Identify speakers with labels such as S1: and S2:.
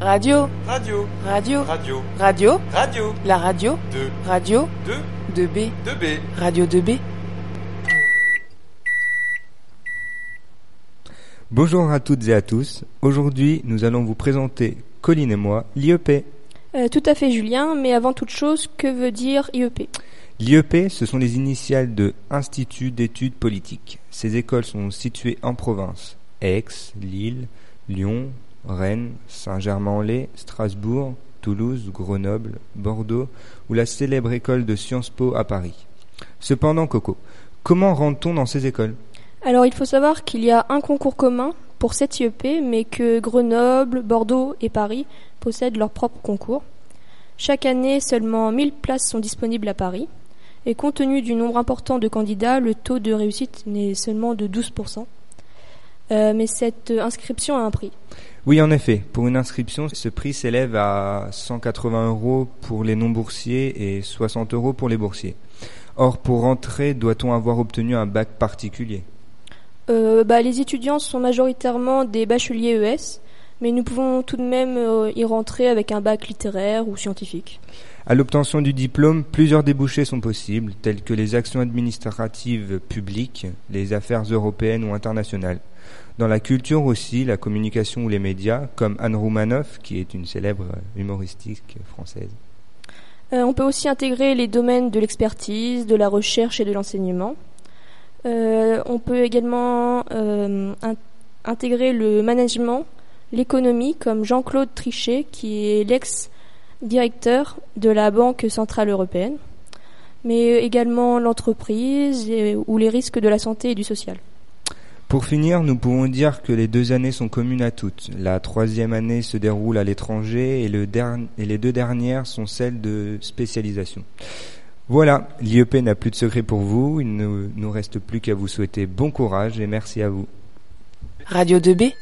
S1: Radio,
S2: Radio,
S1: radio,
S2: radio,
S1: radio,
S2: radio,
S1: la radio,
S2: 2,
S1: radio
S2: 2,
S1: 2B,
S2: 2B.
S1: radio 2B.
S3: Bonjour à toutes et à tous. Aujourd'hui, nous allons vous présenter, Colline et moi, E l'IEP.
S4: Euh, tout à fait Julien, mais avant toute chose, que veut dire E IEP
S3: L'IEP, E ce sont les initiales de Institut d'études politiques. Ces écoles sont situées en province. Aix, Lille, Lyon, Rennes, Saint-Germain-en-Laye, Strasbourg, Toulouse, Grenoble, Bordeaux ou la célèbre école de Sciences Po à Paris. Cependant, Coco, comment rentre-t-on dans ces écoles
S4: Alors il faut savoir qu'il y a un concours commun pour cet IEP, mais que Grenoble, Bordeaux et Paris possèdent leur propre concours. Chaque année, seulement 1000 places sont disponibles à Paris, et compte tenu du nombre important de candidats, le taux de réussite n'est seulement de 12%. Euh, mais cette inscription a un prix.
S3: Oui, en effet. Pour une inscription, ce prix s'élève à 180 euros pour les non-boursiers et 60 euros pour les boursiers. Or, pour rentrer, doit-on avoir obtenu un bac particulier
S4: Euh, bah, les étudiants sont majoritairement des bacheliers ES, mais nous pouvons tout de même euh, y rentrer avec un bac littéraire ou scientifique.
S3: À l'obtention du diplôme, plusieurs débouchés sont possibles, tels que les actions administratives publiques, les affaires européennes ou internationales. Dans la culture aussi, la communication ou les médias, comme Anne Roumanoff, qui est une célèbre humoristique française.
S4: Euh, on peut aussi intégrer les domaines de l'expertise, de la recherche et de l'enseignement. Euh, on peut également euh, in- intégrer le management, l'économie, comme Jean-Claude Trichet, qui est l'ex-directeur de la Banque Centrale Européenne, mais également l'entreprise et- ou les risques de la santé et du social.
S3: Pour finir, nous pouvons dire que les deux années sont communes à toutes. La troisième année se déroule à l'étranger et, le dern- et les deux dernières sont celles de spécialisation. Voilà, l'IEP n'a plus de secret pour vous, il ne nous reste plus qu'à vous souhaiter bon courage et merci à vous.
S1: Radio 2B.